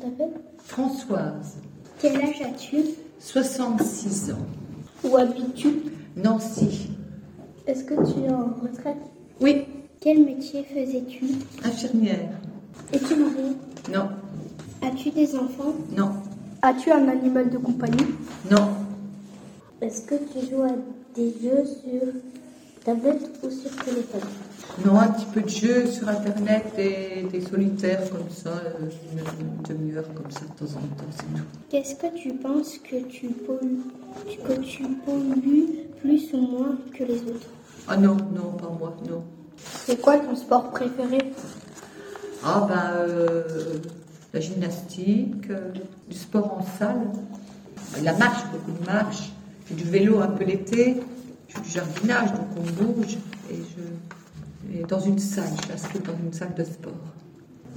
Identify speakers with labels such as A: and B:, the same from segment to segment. A: t'appelles
B: Françoise,
A: Quel âge as-tu
B: 66 ans,
A: Où habites-tu
B: Nancy.
A: Est-ce que tu es en retraite
B: Oui,
A: Quel métier faisais-tu
B: infirmière.
A: Es-tu marié
B: Non,
A: As-tu des enfants
B: non,
A: As-tu un animal de compagnie
B: non.
A: Est-ce que tu joues à des jeux sur tablette ou sur téléphone
B: Non, un petit peu de jeu sur Internet et des solitaires comme ça, euh, une, une demi-heure comme ça de temps en temps, c'est tout.
A: Qu'est-ce que tu penses que tu pollues, que tu pollues plus ou moins que les autres
B: Ah non, non, pas moi, non.
A: C'est quoi ton sport préféré
B: Ah ben, euh, la gymnastique, euh, du sport en salle, la marche, beaucoup de marche, puis du vélo un peu l'été, je fais du jardinage, donc on bouge, et je et dans une salle, je suis inscrite dans une salle de sport.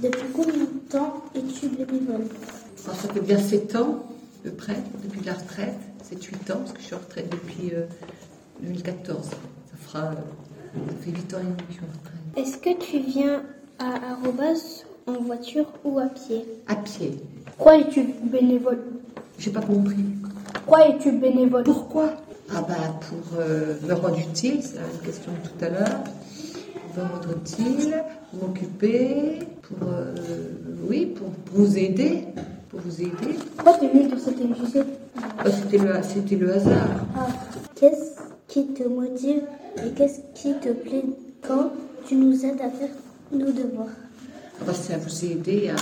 A: Depuis combien de temps es-tu bénévole
B: Alors, ça fait bien 7 ans, à peu près, depuis la retraite, 7-8 ans, parce que je suis en retraite depuis euh, 2014. Ça fera, euh, ça fait 8 ans et demi que je suis en retraite.
A: Est-ce que tu viens à Arrobas en voiture ou à pied
B: À pied,
A: Pourquoi es-tu bénévole
B: j'ai pas compris.
A: Pourquoi es-tu bénévole
B: Pourquoi Ah ben pour euh, me rendre utile, c'est la question de tout à l'heure. Pour me rendre utile, pour m'occuper, pour euh, oui, pour, pour vous aider, pour vous aider.
A: Pourquoi tu es venu dans cette MJC
B: Ah, c'était le c'était le hasard.
A: Ah. Qu'est-ce qui te motive et qu'est-ce qui te plaît quand tu nous aides à faire nos devoirs
B: Ah ben, c'est à vous aider à,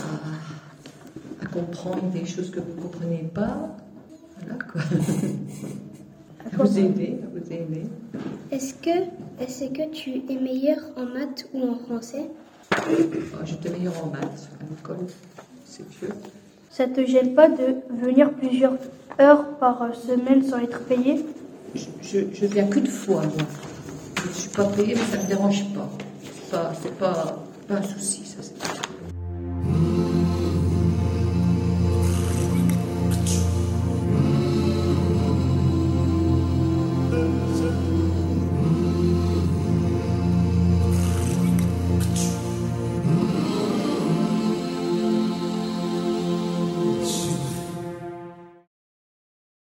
B: à comprendre des choses que vous ne comprenez pas. Voilà quoi. À vous aider, à vous aider.
A: Est-ce que, est que tu es meilleur en maths ou en français
B: Ah, J'étais meilleure en maths à l'école, c'est vieux.
C: Ça te gêne pas de venir plusieurs heures par semaine sans être payé
B: Je, je, je viens qu'une fois, moi. Je ne suis pas payée, mais ça ne me dérange pas. C'est pas, c'est pas, pas un souci, ça. c'est-